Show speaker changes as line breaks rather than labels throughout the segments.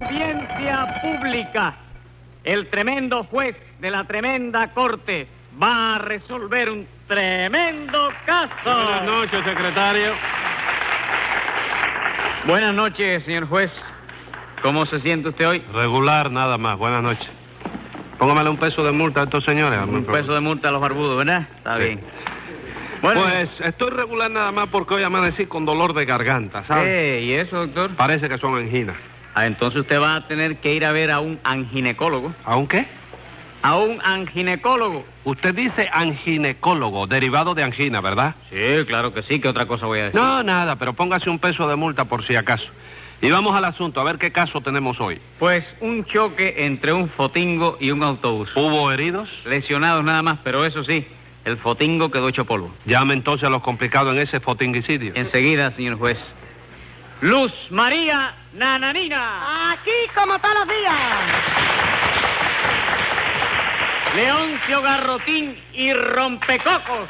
Audiencia pública. El tremendo juez de la tremenda corte va a resolver un tremendo caso.
Buenas noches, secretario.
Buenas noches, señor juez. ¿Cómo se siente usted hoy?
Regular, nada más. Buenas noches. Póngamele un peso de multa a estos señores.
Un peso de multa a los barbudos, ¿verdad? Está
Sí.
bien. eh,
Pues estoy regular nada más porque hoy amanecí con dolor de garganta, ¿sabes?
¿qué? ¿y eso, doctor?
Parece que son anginas.
Ah, entonces usted va a tener que ir a ver a un anginecólogo.
¿Aún qué?
¿A un anginecólogo?
Usted dice anginecólogo, derivado de angina, ¿verdad?
Sí, claro que sí. ¿Qué otra cosa voy a decir?
No, nada, pero póngase un peso de multa por si acaso. Y vamos al asunto, a ver qué caso tenemos hoy.
Pues un choque entre un fotingo y un autobús.
¿Hubo heridos?
Lesionados nada más, pero eso sí, el fotingo quedó hecho polvo.
Llame entonces a los complicados en ese fotinguicidio.
Enseguida, señor juez. Luz María Nananina.
Aquí como todos los días.
Leoncio Garrotín y Rompecocos.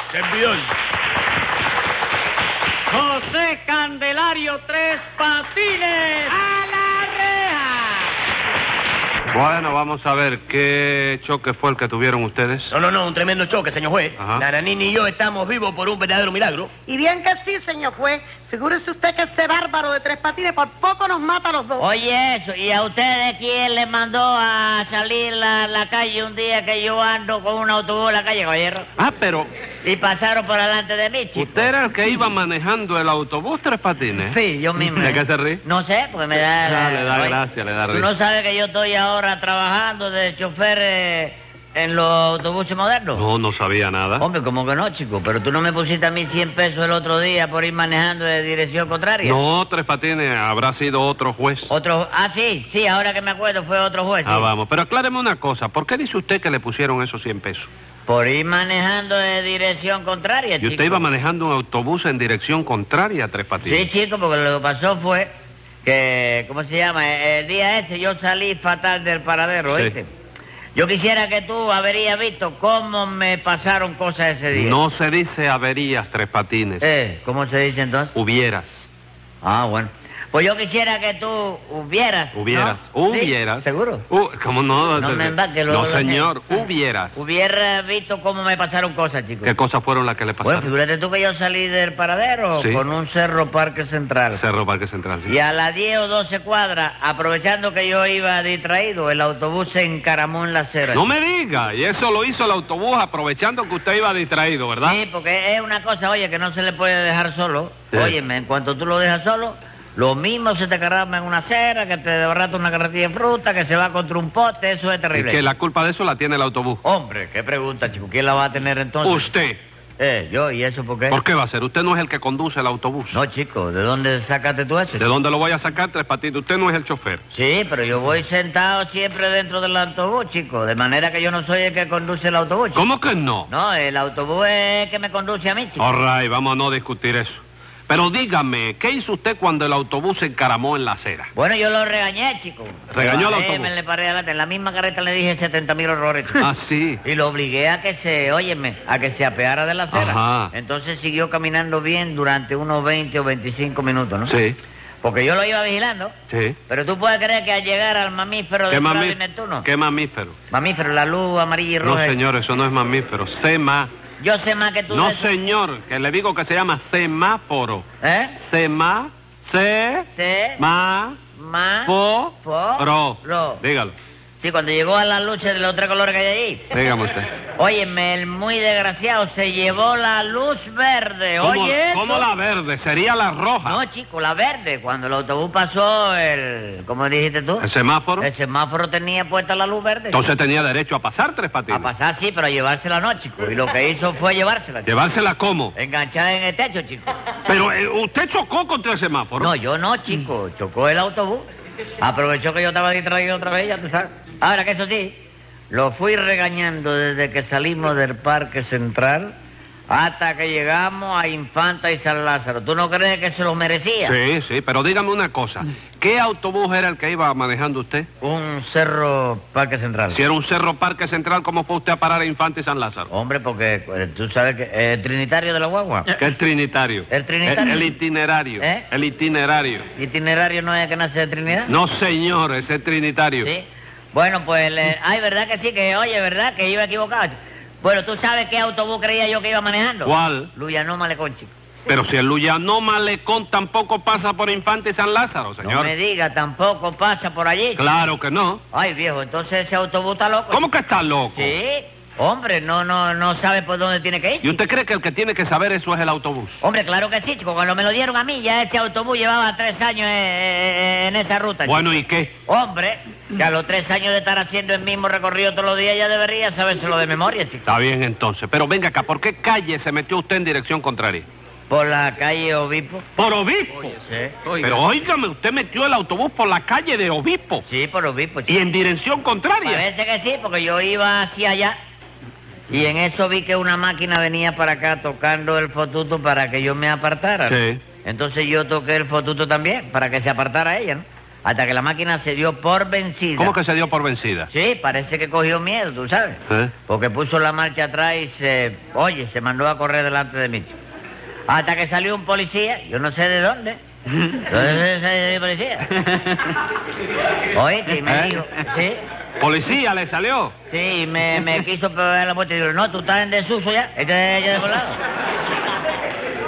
José Candelario Tres Patines. A la reja.
Bueno, vamos a ver qué choque fue el que tuvieron ustedes.
No, no, no, un tremendo choque, señor juez.
Ajá.
Nananini y yo estamos vivos por un verdadero milagro.
Y bien que sí, señor juez. Figúrese usted que ese bárbaro de tres patines por poco nos mata a los dos.
Oye, eso, ¿y a ustedes quién les mandó a salir a la calle un día que yo ando con un autobús en la calle, caballero?
Ah, pero
Y pasaron por delante de mí, chico.
usted era el que iba manejando el autobús Tres Patines.
Sí, yo mismo.
¿De qué se ríe?
No sé, porque me da...
Ah, le da
Oye,
gracia, le da
tú
risa.
¿No sabe que yo estoy ahora trabajando de chofer eh, en los autobuses modernos?
No, no sabía nada.
Hombre, ¿cómo que no, chico? Pero tú no me pusiste a mí 100 pesos el otro día por ir manejando de dirección contraria.
No, Tres Patines, habrá sido otro juez.
Otro... Ah, sí, sí, ahora que me acuerdo fue otro juez.
Ah,
sí.
vamos. Pero acláreme una cosa. ¿Por qué dice usted que le pusieron esos 100 pesos?
Por ir manejando de dirección contraria,
Y usted
chico.
iba manejando un autobús en dirección contraria a Tres Patines.
Sí, chico, porque lo que pasó fue que, ¿cómo se llama? Eh, El día ese yo salí fatal del paradero,
Sí.
¿oíste? Yo quisiera que tú habrías visto cómo me pasaron cosas ese día.
No se dice averías, Tres Patines.
Eh, ¿Cómo se dice entonces?
Hubieras.
Ah, bueno. Pues yo quisiera que tú hubieras. ¿no?
Hubieras.
Sí,
Hubieras.
¿Seguro?
Uh, ¿Cómo no?
No me embarque,
No,
luego lo- Ah.
señor. Hubieras.
Hubiera visto cómo me pasaron cosas, chicos.
¿Qué cosas fueron las que le
Bueno,
pasaron?
figúrate tú que yo salí del paradero
Sí.
con un cerro Parque Central.
Cerro Parque Central. sí.
Y a las 10 o 12 cuadras, aprovechando que yo iba distraído, el autobús se encaramó en la acera.
No me diga. Y eso lo hizo el autobús aprovechando que usted iba distraído, ¿verdad?
Sí, porque es una cosa, oye, que no se le puede dejar solo.
Sí.
Óyeme, en cuanto tú lo dejas solo, lo mismo se te encarama en una acera, que te desbarata una carretilla de fruta, que se va contra un poste, eso es
Y
terrible.
que la culpa de eso la tiene el autobús.
Hombre, qué pregunta, chico, ¿quién la va a tener entonces?
Usted.
Eh, yo, ¿y eso por qué?
¿Por qué va a ser? Usted no es el que conduce el autobús.
No, chico, ¿de dónde sacaste tú eso?
¿De dónde lo voy a sacar, Tres Patines? Usted no es el chofer.
Sí, pero yo voy sentado siempre dentro del autobús, chico, de manera que yo no soy el que conduce el autobús. chico.
¿Cómo que no?
No, el autobús es el que me conduce a mí, chico.
All right, vamos a no discutir eso. Pero dígame, ¿qué hizo usted cuando el autobús se encaramó en la acera?
Bueno, yo lo regañé, chico.
¿Regañó al
Sí,
autobús?
me le paré adelante. En la misma carreta le dije 70 mil horrores. chico.
Ah, sí.
Y lo obligué a que se, óyeme, a que se apeara de la acera.
Ajá.
Entonces siguió caminando bien durante unos 20 o 25 minutos, ¿no?
Sí.
Porque yo lo iba vigilando.
Sí.
Pero tú puedes creer que al llegar al mamífero de
¿Qué,
Urano
mamí-
y Neptuno...
qué mamífero?
Mamífero, la luz amarilla y
No,
roja.
señor, eso no es mamífero. Sema.
Yo sé más que tú.
No,
de eso.
señor, que le digo que se llama semáforo.
¿Eh?
Sema, se,
Te-
ma,
más.
fo,
fo-
ro.
ro.
Dígalo,
Sí, cuando llegó a la lucha de los tres colores que hay ahí.
dígame usted.
Óyeme, el muy desgraciado se llevó la luz verde.
¿Cómo,
Oye. eso.
cómo la verde? Sería la roja.
No, chico, la verde. Cuando el autobús pasó, el. ¿Cómo dijiste tú?
¿El semáforo?
El semáforo tenía puesta la luz verde.
Entonces tenía derecho a pasar tres
A
patines.
pasar, sí, pero a llevársela no, chico. Y lo que hizo fue llevársela. chico.
¿Llevársela cómo?
Enganchada en el techo, chico.
Pero eh, usted chocó contra el semáforo.
No, yo no, chico. Chocó el autobús. Aprovechó que yo estaba distraído otra vez, ya tú sabes. Ahora que eso sí, lo fui regañando desde que salimos del Parque Central hasta que llegamos a Infanta y San Lázaro. ¿Tú no crees que se lo merecía?
Sí, sí, pero dígame una cosa. ¿Qué autobús era el que iba manejando usted?
Un cerro Parque Central.
Si era un cerro Parque Central, ¿cómo fue usted a parar a Infante y San Lázaro?
Hombre, porque eh, tú sabes que... eh, Trinitario de la Guagua.
Que el Trinitario.
Eh,
Eh,
¿El Trinitario?
El, el itinerario.
¿Eh?
El itinerario.
¿Itinerario no es que nace de Trinidad?
No, señor, ese es Trinitario.
Sí. Bueno, pues, le- ay, ¿verdad que sí? Que, oye, ¿verdad? Que iba equivocado. chico? Bueno, ¿tú sabes qué autobús creía yo que iba manejando?
¿Cuál?
Luyanó Malecón, chico.
Pero si el Luyanó Malecón tampoco pasa por Infante y San Lázaro,
No
señor.
me diga, tampoco pasa por allí.
Claro que no.
Ay, viejo, entonces ese autobús está loco.
¿Cómo que está loco?
Sí. Hombre, no, no, no sabe por dónde tiene que ir.
¿Y
chico.
usted cree que el que tiene que saber eso es el autobús?
Hombre, claro que sí, chico. Cuando me lo dieron a mí, ya ese autobús llevaba tres años eh, eh, en esa ruta. chico.
Bueno, ¿y qué?
Hombre, que a los tres años de estar haciendo el mismo recorrido todos los días ya debería sabérselo de memoria, chico.
Está bien entonces. Pero venga acá, ¿por qué calle se metió usted en dirección contraria?
Por la calle Obispo.
Por obispo.
Sí.
Pero óigame, usted metió el autobús por la calle de obispo.
Sí, por obispo,
Y
chico.
en dirección contraria.
Parece que sí, porque yo iba hacia allá y en eso vi que una máquina venía para acá tocando el fotuto para que yo me apartara. ¿no?
Sí.
Entonces yo toqué el fotuto también para que se apartara ella, ¿no? Hasta que la máquina se dio por vencida.
¿Cómo que se dio por vencida?
Sí, parece que cogió miedo, tú sabes.
¿Eh?
Porque puso la marcha atrás y se... Oye, se mandó a correr delante de mí. chico. Hasta que salió un policía, yo no sé de dónde. Entonces salió el policía. Oíste, y me
¿Eh?
dijo... Sí,
Policía, le salió.
sí, y me, me quiso pegar la moto y digo, no, tú estás en desuso ya. Entonces ya de volado.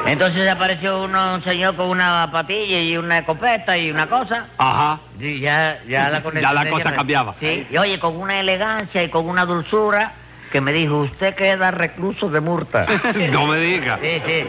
Entonces apareció uno, un señor con una patilla y una escopeta y una cosa.
Ajá.
Sí, ya, ya la
Ya la
conectividad
cosa
me-
cambiaba.
Sí, y oye, con una elegancia y con una dulzura que me dijo, usted queda recluso de murta.
No me diga.
sí, sí.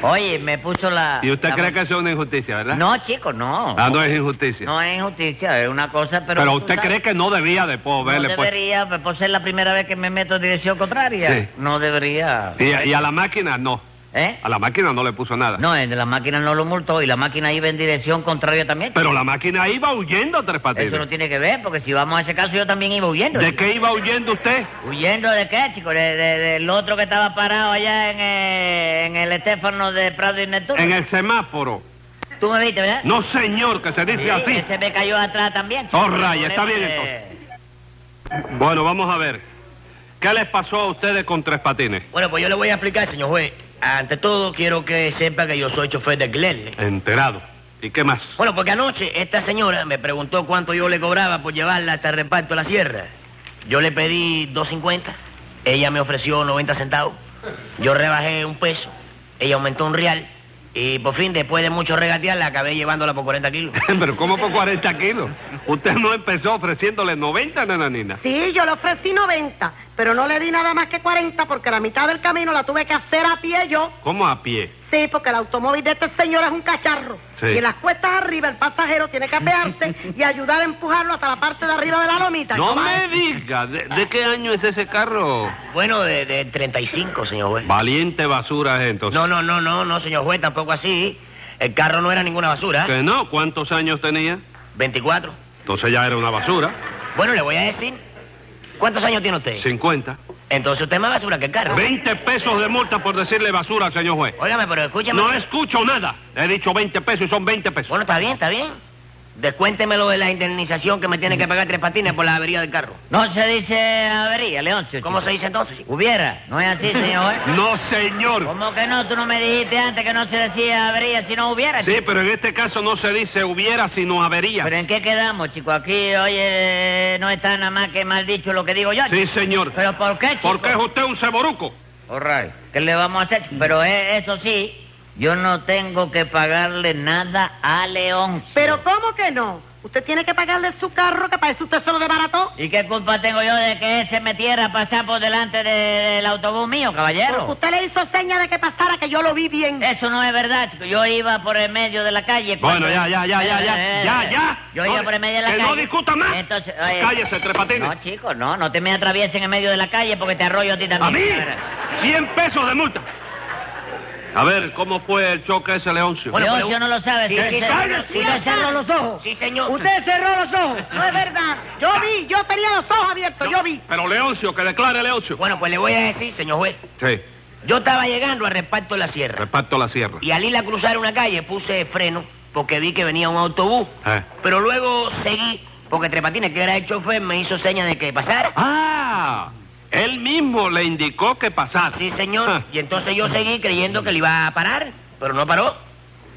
Oye, me puso la...
¿Y usted
la-
cree que eso es una injusticia, verdad?
No, chico, no.
Ah, no es injusticia.
No es injusticia, es una cosa, pero...
Pero,
tú
usted
sabes,
cree que no debía de poderle
No debería, pues, por ser la primera vez que me meto en dirección contraria.
Sí.
No debería.
Y, a- y a la máquina no.
¿Eh?
A la máquina no le puso nada.
No, el de la máquina no lo multó y la máquina iba en dirección contraria también. chico.
Pero la máquina iba huyendo tres patines.
Eso no tiene que ver, porque si vamos a ese caso yo también iba huyendo.
¿De
chico.
qué iba huyendo usted?
¿Huyendo de qué, chico? De- de- del otro que estaba parado allá en, eh, en el Estéfano de Prado y Neptuno.
En el semáforo.
Tú me viste, ¿verdad?
No, señor, que se dice
Sí,
así.
Ese me cayó atrás también. chico.
Oh, raya, está bien,
Eh,
entonces. Bueno, vamos a ver. ¿Qué les pasó a ustedes con tres patines?
Bueno, pues yo le voy a explicar, señor juez. Ante todo, quiero que sepa que yo soy chofer de Glenn.
Enterado. ¿Y qué más?
Bueno, porque anoche esta señora me preguntó cuánto yo le cobraba por llevarla hasta el reparto a la sierra. Yo le pedí 2.50, ella me ofreció 90 centavos, yo rebajé un peso, ella aumentó un real y por fin, después de mucho regatear, la acabé llevándola por 40 kilos.
Pero ¿cómo por 40 kilos? Usted no empezó ofreciéndole 90, nananina.
Sí, yo le ofrecí 90, pero no le di nada más que 40 porque la mitad del camino la tuve que hacer a pie yo.
¿Cómo a pie?
Sí, porque el automóvil de este señor es un cacharro.
Sí.
Y en las cuestas arriba el pasajero tiene que apearse y ayudar a empujarlo hasta la parte de arriba de la lomita.
No
chaval.
me diga, ¿de, de qué año es ese carro?
Bueno, de, de 35, señor juez.
Valiente basura es entonces.
No, no, no, no, no, señor juez, tampoco así. El carro no era ninguna basura.
¿Ah?
¿Que no? ¿Cuántos años tenía?
24.
Entonces ya era una basura.
Bueno, le voy a decir. ¿Cuántos años tiene usted?
50.
Entonces usted es más basura que el carro.
20 pesos de multa por decirle basura al señor juez.
Óigame, pero escúchame.
No escucho nada. He dicho 20 pesos y son 20 pesos.
Bueno, está bien, está bien. Descuéntemelo de la indemnización que me tiene que pagar tres patines por la avería del carro.
No se dice avería, Leoncio.
¿Cómo
chico.
se dice entonces? chico?
Hubiera, ¿no es así, señor? eh?
No, señor.
¿Cómo que no? Tú no me dijiste antes que no se decía avería si no hubiera.
Sí,
chico.
pero en este caso no se dice hubiera, sino avería.
¿Pero en qué quedamos, chico? Aquí, oye, no está nada más que mal dicho lo que digo yo.
Sí,
chico.
señor.
¿Pero por qué, chico?
Porque es usted un ceboruco.
all right. ¿Qué le vamos a hacer? Pero eh, eso sí, yo no tengo que pagarle nada a León.
Pero ¿cómo que no? Usted tiene que pagarle su carro, que para eso usted se lo desbarató.
¿Y qué culpa tengo yo de que él se metiera a pasar por delante de- del autobús mío,
Porque
caballero?
usted le hizo seña de que pasara, que yo lo vi bien.
Eso no es verdad, chico. Yo iba por el medio de la calle.
Bueno,
cuando-
ya, ya, ya, ya, ya,
Eh, eh,
ya,
eh,
ya.
Yo
No,
iba por el medio de la
que
calle.
no discuta más.
Entonces,
Cállese, Tres Patines.
No, chico, no, no te me atravieses en el medio de la calle porque te arroyo a ti
¡A
también.
mí!
Ahora.
100 pesos de multa. A ver, ¿cómo fue el choque ese, Leoncio?
Leoncio no lo sabe.
sí,
sí,
cállate.
sí, usted cerró los ojos.
Sí, señor.
Usted cerró los ojos. No es verdad. Yo vi, yo tenía los ojos abiertos, yo vi.
Pero Leoncio, que declare Leoncio.
Bueno, pues le voy a decir, señor juez.
Sí,
Yo estaba llegando a reparto de la sierra.
reparto la sierra.
Y al ir a cruzar una calle puse freno porque vi que venía un autobús.
Eh.
Pero luego seguí porque Trepatines, que era el chofer, me hizo seña de que pasara.
Ah, él mismo le indicó que pasara.
Sí, señor.
Ah.
Y entonces yo seguí creyendo que le iba a parar, pero no paró.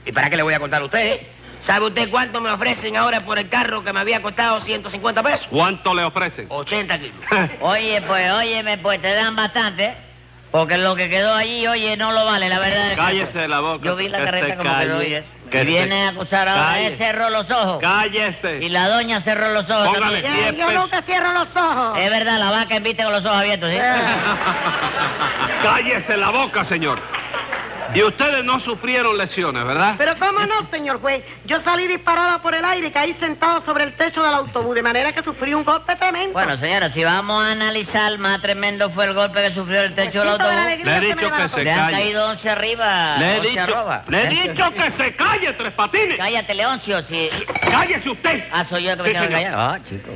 ¿Y para qué le voy a contar a usted? eh? ¿Sabe usted cuánto me ofrecen ahora por el carro que me había costado 150 pesos?
¿Cuánto le ofrecen?
80 kilos.
Ah.
Oye, pues, óyeme, pues te dan bastante. Porque lo que quedó allí, oye, no lo vale, la verdad. es que-
Cállese la boca.
Yo vi la
que
carreta
se
como
calle,
quedó oye.
que
Y
se-
viene a acusar ahora.
Calle.
Él cerró los ojos.
Cállese.
Y la doña cerró los ojos
Póngale.
también.
Eh,
Diez
yo
pesos.
nunca cierro los ojos. Eh.
Es verdad, la vaca invite con los ojos abiertos, ¿sí?
Cállese la boca, señor. Y ustedes no sufrieron lesiones, ¿verdad?
Pero cómo no, señor juez. Yo salí disparada por el aire y caí sentado sobre el techo del autobús, de manera que sufrí un golpe tremendo.
Bueno, señora, si vamos a analizar, más tremendo fue el golpe que sufrió el techo del
Besito de la
autobús.
alegría
Le he
se me
dicho que
levantó.
se
Le han
calle.
caído 11 arriba.
le he
11
dicho,
arroba.
le he dicho que se calle, Tres Patines.
Cállate, Leoncio, si...
Cállese usted.
Ah, soy yo que me
Sí,
tengo que
señor.
callar. Ah, chico.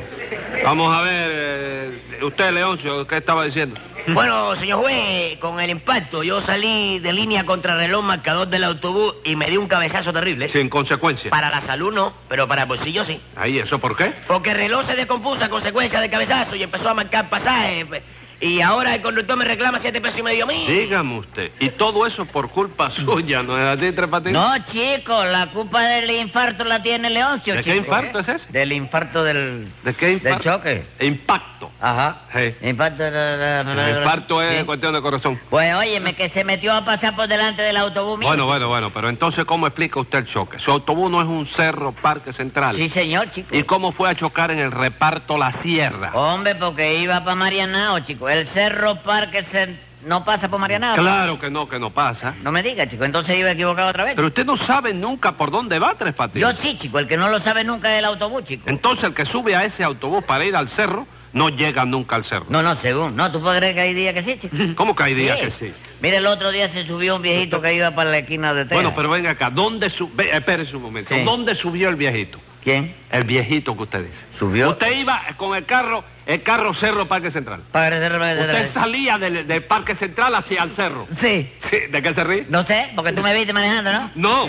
Vamos a ver, eh, usted, Leoncio, ¿qué estaba diciendo?
Bueno, señor juez, con el impacto yo salí de línea contra reloj marcador del autobús y me di un cabezazo terrible.
Sin consecuencia.
Para la salud no, pero para el bolsillo sí.
Ahí, ¿eso por qué?
Porque el reloj se descompuso a consecuencia del cabezazo y empezó a marcar pasajes. pues. Y ahora el conductor me reclama siete pesos y medio mil.
Dígame usted. Y todo eso por culpa suya, ¿no es así, Tres Patines?
No, chico, la culpa del infarto la tiene Leoncio,
¿De
chico.
qué infarto es ese?
Del infarto del...
¿De qué
Del
infarto?
choque.
Impacto.
Ajá.
Sí.
Infarto...
El infarto es
Sí.
cuestión de corazón.
Pues óyeme, que se metió a pasar por delante del autobús mío.
Bueno, bueno, bueno, pero entonces, ¿cómo explica usted el choque? Su autobús no es un cerro, parque central.
Sí, señor, chico.
¿Y cómo fue a chocar en el reparto La Sierra?
Hombre, porque iba para Marianao, chico. El Cerro Parque se... no pasa por Marianao.
Claro que no, que no pasa.
No me diga, chico. Entonces iba equivocado otra vez.
Pero usted no sabe nunca por dónde va Tres
Yo
Patines.
sí, chico. El que no lo sabe nunca es el autobús, chico.
Entonces, el que sube a ese autobús para ir al cerro, no llega nunca al cerro.
No, no, según. No, tú puedes creer que hay días que sí, chico.
¿Cómo que hay días que sí?
Mira, el otro día se subió un viejito que iba para la esquina de Texas.
Bueno, pero venga acá, ¿dónde subió? Espérese un momento.
Sí.
¿Dónde subió el viejito?
¿Quién?
El viejito que usted dice.
¿Subió?
Usted iba con el carro, el carro Cerro Parque Central.
Para el cerro, para el cerro.
Usted salía del, del Parque Central hacia el cerro.
Sí.
Sí, ¿De qué se ríe?
No sé, porque tú me viste manejando, ¿no?
No,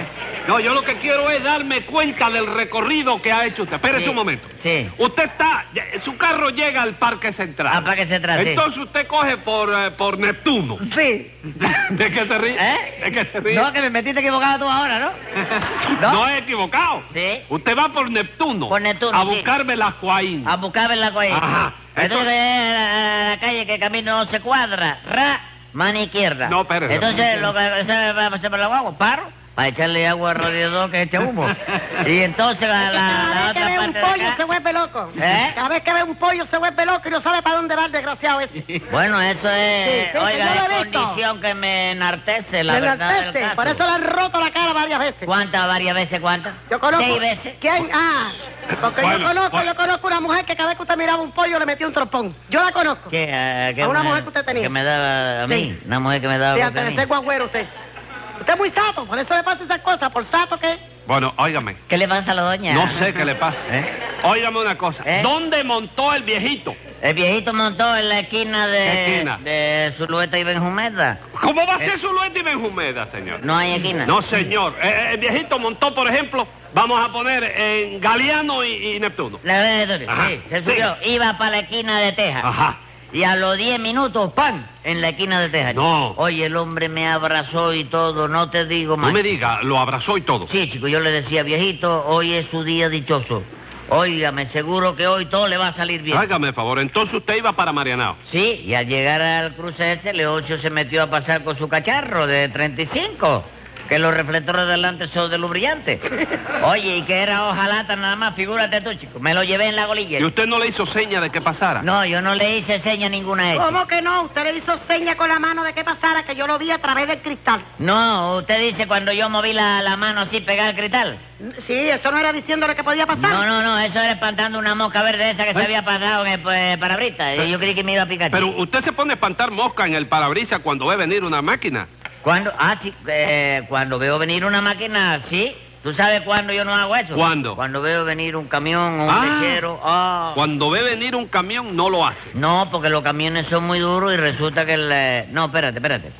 no, yo lo que quiero es darme cuenta del recorrido que ha hecho usted. Espérese
Sí,
un momento.
sí.
Usted está, ya- su carro llega al Parque Central.
Ah, Parque Central, sí.
Entonces usted coge por, eh, por Neptuno.
Sí.
¿De qué se ríe?
¿Eh?
¿De qué se ríe?
No, que me metiste equivocado tú ahora, ¿no? ¿No?
No es equivocado.
Sí.
Usted va por Neptuno.
Por Neptuno,
A
sí.
buscar Velascoaín.
A buscar en la calle.
Ajá. Entonces-
Entonces, eh, la, la calle que camino se cuadra. Ra, mano izquierda.
No, espérese.
Entonces, lo que se va a hacer para la guagua, paro. Para echarle agua al radiador que echa humo. y entonces la, la, la
Cada vez que
otra
ve un
parte de
pollo
acá-
se vuelve loco.
¿Eh?
Cada vez que ve un pollo se vuelve loco y no sabe para dónde va el desgraciado ese.
Bueno, eso es,
Sí, sí,
oiga,
sí, yo lo he
es
visto.
condición que me enartece, la
Me
verdad del
enaltece,
caso.
Por eso le han roto la cara varias veces.
¿Cuántas, varias veces, cuántas?
Yo conozco.
Seis veces.
¿Quién? Ah, porque
Bueno,
yo conozco,
bueno.
yo conozco una mujer que cada vez que usted miraba un pollo le metía un trompón. Yo la conozco.
¿Qué, eh, qué
A una
me-
mujer que usted tenía.
Que me daba a mí,
Sí.
una mujer que me daba
Fíjate,
boca a
de
mí.
ser guagüero usted. Usted es muy sato, por eso le pasa esas cosas. ¿Por sato qué?
Bueno, óigame.
¿Qué le pasa a la doña?
No sé qué le pasa.
¿Eh?
Óigame una cosa.
¿Eh?
¿Dónde montó el viejito?
El viejito montó en la esquina
¿Qué
de,
esquina?
de Zulueta y Benjumeda.
¿Cómo va a ser su Luis de Benjumeda, señor?
¿Eh? No hay esquina.
No, señor. Eh, eh, el viejito montó, por ejemplo, vamos a poner en Galeano y, y Neptuno.
La verdad, doctor,
Ajá.
sí, se subió. Iba para la esquina de Texas.
Ajá.
Y a los 10 minutos, ¡pam! En la esquina de Texas.
No.
Oye, el hombre me abrazó y todo, no te digo más.
No me diga, lo abrazó y todo.
Sí, chico, yo le decía, viejito, hoy es su día dichoso. Óigame, seguro que hoy todo le va a salir bien.
Hágame el favor, entonces usted iba para Marianao.
Sí, y al llegar al cruce ese, Leocio se metió a pasar con su cacharro de 35, que los reflectores delante son de lo brillante. Oye, y que era hojalata nada más, figúrate tú, chico. Me lo llevé en la golilla.
¿Y usted no le hizo seña de que pasara?
No, yo no le hice seña ninguna a ese.
¿Cómo que no? Usted le hizo seña con la mano de que pasara, que yo lo vi a través del cristal.
No, usted dice cuando yo moví la, la mano así pegada al cristal.
Sí, eso no era diciéndole que podía pasar.
No, no, no, eso era espantando una mosca verde esa que se había pasado en el pues, parabrisas. Y yo creí que me iba a picar.
Pero usted se pone a espantar mosca en el parabrisas cuando ve venir una máquina.
Cuando, ah, sí, eh, cuando veo venir una máquina, sí. ¿Tú sabes cuándo yo no hago eso?
¿Cuándo?
Cuando veo venir un camión o un
Ah.
lechero. ah.
Cuando ve venir un camión, no lo hace.
No, porque los camiones son muy duros y resulta que el... eh, No, espérate, espérate.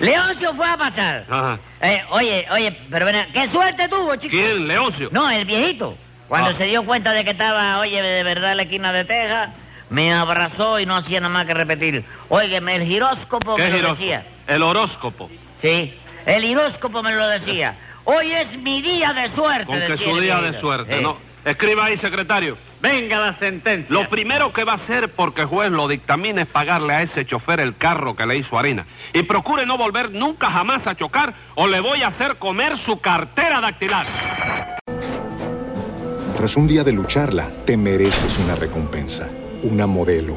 Leoncio fue a pasar.
Ajá.
Eh, oye, oye, pero ven, acá, qué suerte tuvo, chico.
¿Quién, Leoncio?
No, el viejito. Cuando
Ah.
se dio cuenta de que estaba, oye, de verdad en la esquina de Texas, me abrazó y no hacía nada más que repetir. Óigeme, el giróscopo
¿Qué
me lo
giros-
decía.
El horóscopo.
Sí, el giróscopo me lo decía. Hoy es mi día de suerte.
Con que
decía
su
el
día de
viejito.
suerte,
Sí.
¿no? Escriba ahí, secretario.
Venga la sentencia.
Lo primero que va a hacer, porque juez lo dictamina, es pagarle a ese chofer el carro que le hizo harina. Y procure no volver nunca jamás a chocar o le voy a hacer comer su cartera dactilar.
Tras un día de lucharla, te mereces una recompensa, una modelo,